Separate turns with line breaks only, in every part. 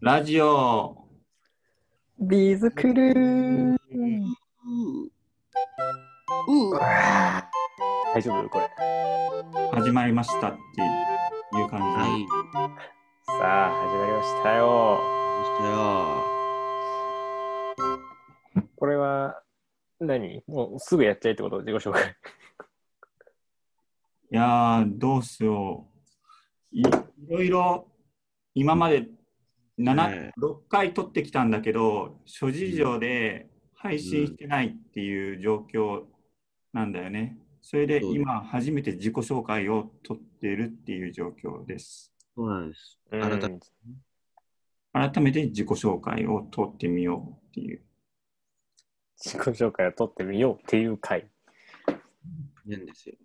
ラジオ。
ビーズクルー
う
大丈夫これ。
始まりましたっていう感じで、
はい。
さあ、始まりましたよ。
そしたよ。
これは何、もうすぐやっちゃいってこと自己紹介。
いやー、どうしよう。いいろいろ今まで
ね
7 6回撮ってきたんだけど、諸事情で配信してないっていう状況なんだよね。それで
そうだ
今、初めて自己紹介を撮ってるっていう状況です。
そうなんです。
うん
改めて。
改めて自己紹介を撮ってみようっていう。
自己紹介を取ってみようっていう回。
なんですよ。
シ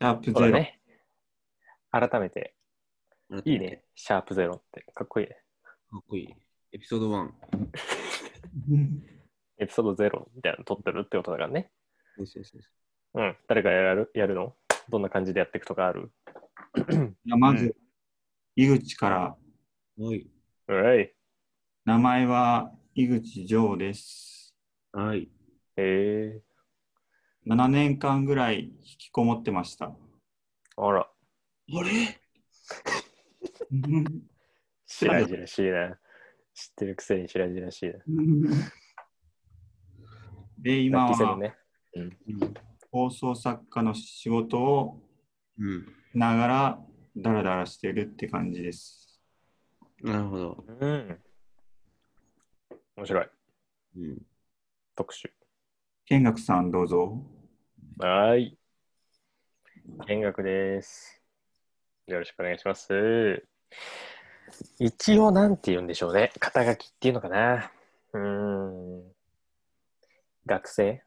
ャープ
そうだ
ゼロ。
ね。改めて、
改めて
いいね。。シャープゼロって。かっこいいね。
かっこいい。エピソード1。
エピソードゼロみたいなの撮ってるってことだからね。
そうそうそ
う
う
ん。誰がやるやるのどんな感じでやっていくとかある
いやま
う
ず、井口から
そうはい。
うらい。
名前は井口城です。
はい。
え
7年間ぐらい引きこもってました。
ー、あら。
あれ
しらじらしいな。知ってるくせにしらじらしいな。
で、
ラ
今
ッキーセブン
は
ね。
放送作家の仕事を
うん。
ながらダラダラしてるって感じです。
なるほど。
うん。面白い。
うん。
特集。
見学さんどうぞ。
はーい。見学です。よろしくお願いします。一応、なんて言うんでしょうね。肩書きっていうのかな。うーん。学生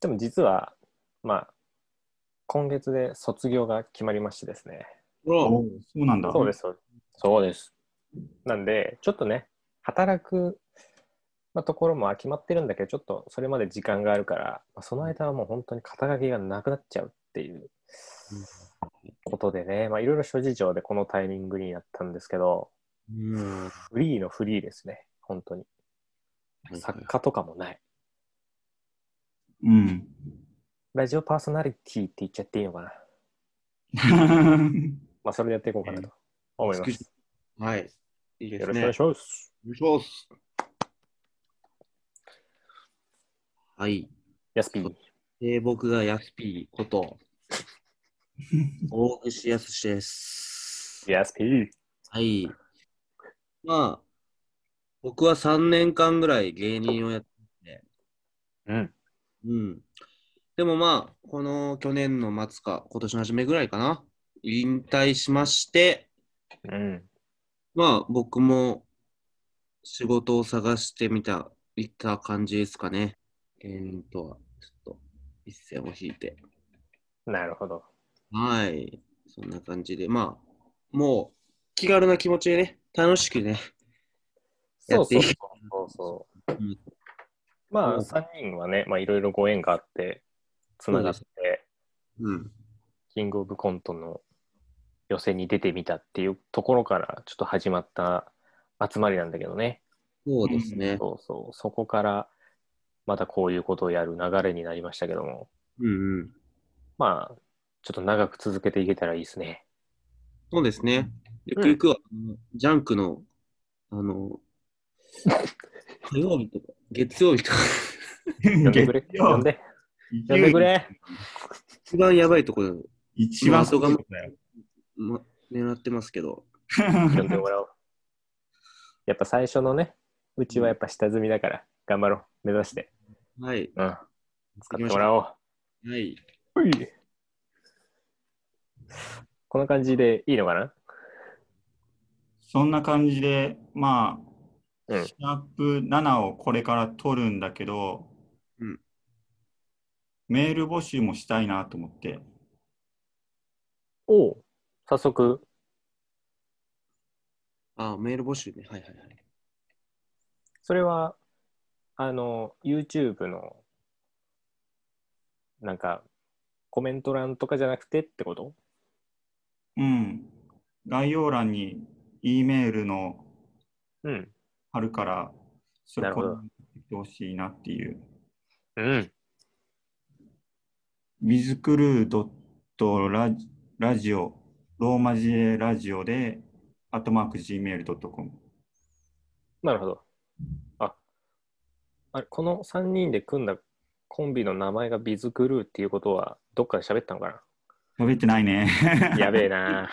でも実は、まあ、今月で卒業が決まりましてですね。
ほ
そうなんだ。
そうです、そうです。そうです。なんで、ちょっとね、働く、まあ、ところも決まってるんだけど、ちょっとそれまで時間があるから、まあ、その間はもう本当に肩書きがなくなっちゃうっていうことでね、まあ、いろいろ諸事情でこのタイミングになったんですけど、
ら。うん。
フリーのフリーですね、本当に。作家とかもない。
うん。
ラジオパーソナリティって言っちゃっていいのかな。まあ、それでやっていこうかなと思います。
はい。いいで
よ
す
ろしくお
ね。
願いします。
お願いします。はい。
ヤスピー。
で、僕がヤスピ ーこと、大串ヤスシです。
ヤスピー。
はい。まあ、僕は3年間ぐらい芸人をやってて、
うん。
うん。でもまあ、この去年の末か、今年の初めぐらいかな、引退しまして、
うん。
まあ、僕も仕事を探してみた、いった感じですかね。芸人とは、ちょっと一線を引いて。
なるほど。
はい。そんな感じで、まあ、もう、気軽な気持ちでね、楽しくね、
そうそう
やってい
そうそう。
うん
まあ、
うん
3人はね、まあ、いろいろご縁があって、つながって、
うん。
キングオブコントの予選に出てみたっていうところから、ちょっと始まった集まりなんだけどね。
そうですね。
そうそう。そこから、またこういうことをやる流れになりましたけども、
うんうん。
まあ、ちょっと長く続けていけたらいいですね。
そうですね。ゆ
うん
くゆくは、あのジャンクの、あ の、火曜日とか、月曜日とか、
呼んでくれ。
月曜
呼んで。呼んでくれ。
一番やばいところ、
一番
そ
そ
こ
こ
が
だよ。
ま、狙ってますけど。
呼んでもらおう。やっぱ最初のね、うちはやっぱ下積みだから、頑張ろう。目指して。
はい。
うん。使ってもらおう。
はい。
こんな感じでいいのかな
そんな感じで、まあ、
うん
シャープ7をこれから取るんだけど、
うん
メール募集もしたいなと思って、
おう早速、
あ、メール募集ね。はいはいはい。
それは、あの、YouTube の、なんか、コメント欄とかじゃなくてってこと
うん、概要欄に E メールの
うん。
春から、それ
なるほど
こってほしいなっていう。
うん。
ウィズクルードットラジラジオ、ローマ字でラジオで、アットマーク Gmail.com。
なるほど。あ、あれ、この3人で組んだコンビの名前がビズクルーっていうことは、どっかで喋ったのか
喋ってないね。
な やべえな。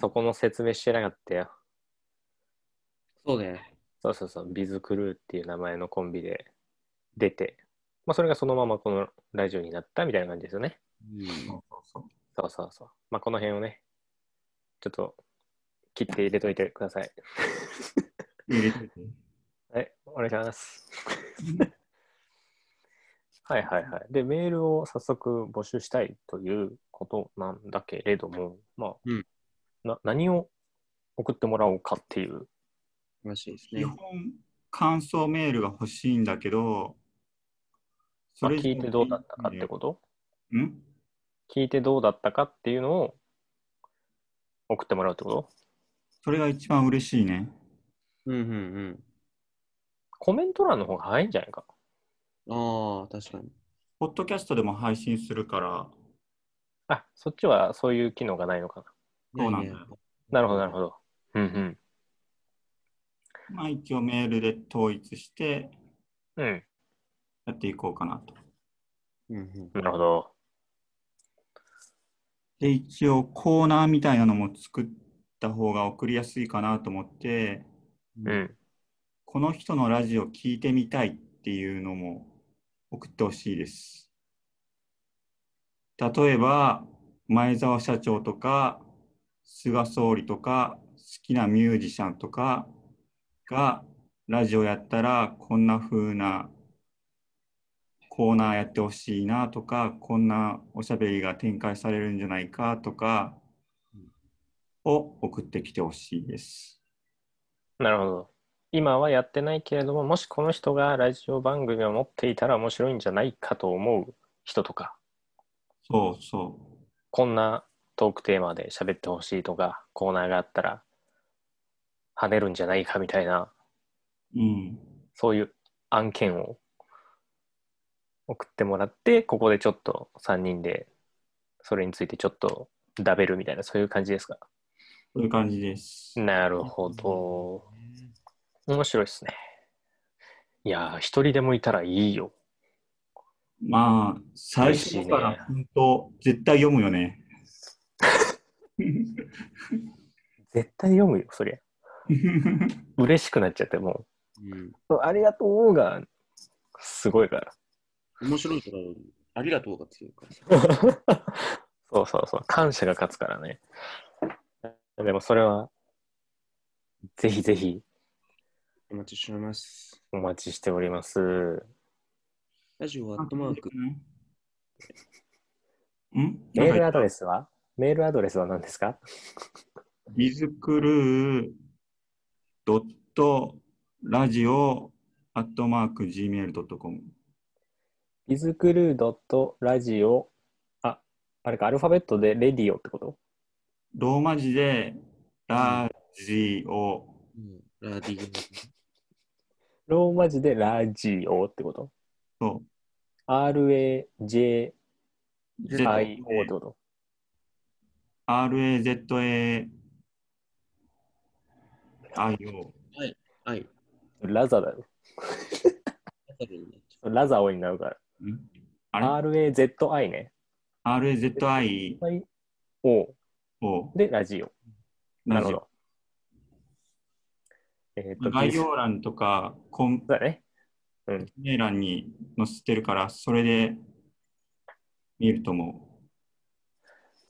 そこの説明してなかったよ。
そうだよね。
そうそうそう、ビズクルーっていう名前のコンビで出て、まあ、それがそのままこのラジオになったみたいな感じですよね。
うん
そうそうそう
そうそうそう。まあ、この辺をね、ちょっと切って入れといてください。
入れといて
はい、お願いし ます。はいはいはい。で、メールを早速募集したいということなんだけれども、まあ、
うん
な何を送ってもらおうかっていう。
らしいです
基
ね
本。、感想メールが欲しいんだけど、
まあ、聞いてどうだったかって
と
こと
ん
聞いてどうだったかっていうのを送ってもらうってこと
それが一番嬉しいね。
うんうん
コメント欄の方が早いんじゃないか。
うん。ああ、確かに。
ポッドキャストでも配信するから、
あ、そっちはそういう機能がないのか
そうなんだよ
ないね
な。なるほど、なるほど。うんうん。
まあ一応メールで統一して
うん、
やっていこうかなと。
うんうん。
なるほど。
で、一応コーナーみたいなのも作った方が送りやすいかなと思って、
うん。
この人のラジオ聞いてみたいっていうのも送ってほしいです。例えば、前澤社長とか、菅総理とか、好きなミュージシャンとかが、ラジオやったらこんな風なコーナーやってほしいなとか、こんなおしゃべりが展開されるんじゃないかとかを送ってきてほしいです。
なるほど。今はやってないけれども、もしこの人がラジオ番組を持っていたら面白いんじゃないかと思う人とか、
そうそう。
こんなトークテーマで喋ってほしいとか、コーナーがあったら跳ねるんじゃないかみたいな、
うん。
そういう案件を送ってもらって、ここでちょっと3人でそれについてちょっとダベるみたいな、そういう感じですか。
そういう感じです。
なるほど。面白いですね。いやー、一人でもいたらいいよ。
まあ、最初だから本当、絶対読むよね。
絶対読むよ、そりゃ。嬉しくなっちゃって、も
うん。
う。ありがとうが、すごいから。
面白いから、ありがとうが強いから。
そうそうそう。感謝が勝つからね。でもそれは、ぜひぜひ
お待ちしております。
お待ちしております。
ラジオアットマーク、
うん
メー
なん
ル
か
アドレスはメールアドレスは何ですか
ビズクルードットラジオアットマーク Gmail.com。
ビズクルー .radio あ、あれか、アルファベットでレディオってこと
ローマ字でラジオ。
うん、ラディグ
ローマ字でラジオってこと
そ
?RAJIO
う。
っ
Z
てこと、
RAZAIO。
はい。
ラザだよ。ラザオになるから。
んあれ
RAZI ね。
?RAZIO。
はい。O でラジオ。
ラ
なる
ジ
ほ
オ
ど。えっと、
概要欄とかコン
だね。
メ欄に載せてるから、それで見るとも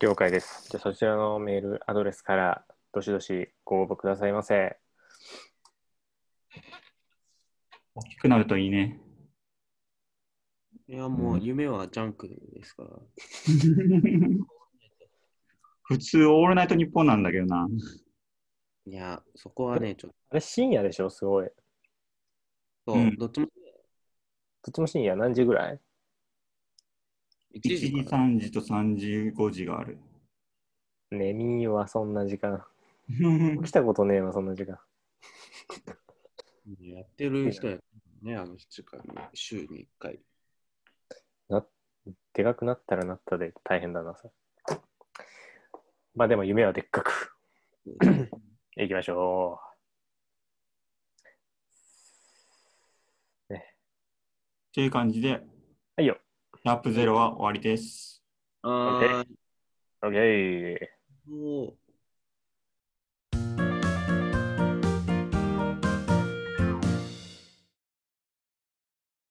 了解です。じゃあそちらのメールアドレスからどしどしご応募くださいませ。
大きくなるといい ね。
いや、もう夢はジャンクですから。
普通、オールナイトニッポンなんだけどな。
いや、そこはね、ちょっ
あれ深夜でしょすごい。ど
と、
うん
どっちも
っちも深夜何時ぐらい
1
1時、
時から。
3時と3時、5時がある。
眠いわ、そんな時間。起きたことねえわ、そんな時間。
やってる人やね、あの時間に、週に1回。
でかくなったらなったで大変だな、さ。まあでも夢はでっかく。行きましょ
という感じで、
う。はいよ。
シャープゼロは終わりです。
あー、
OK。
もう。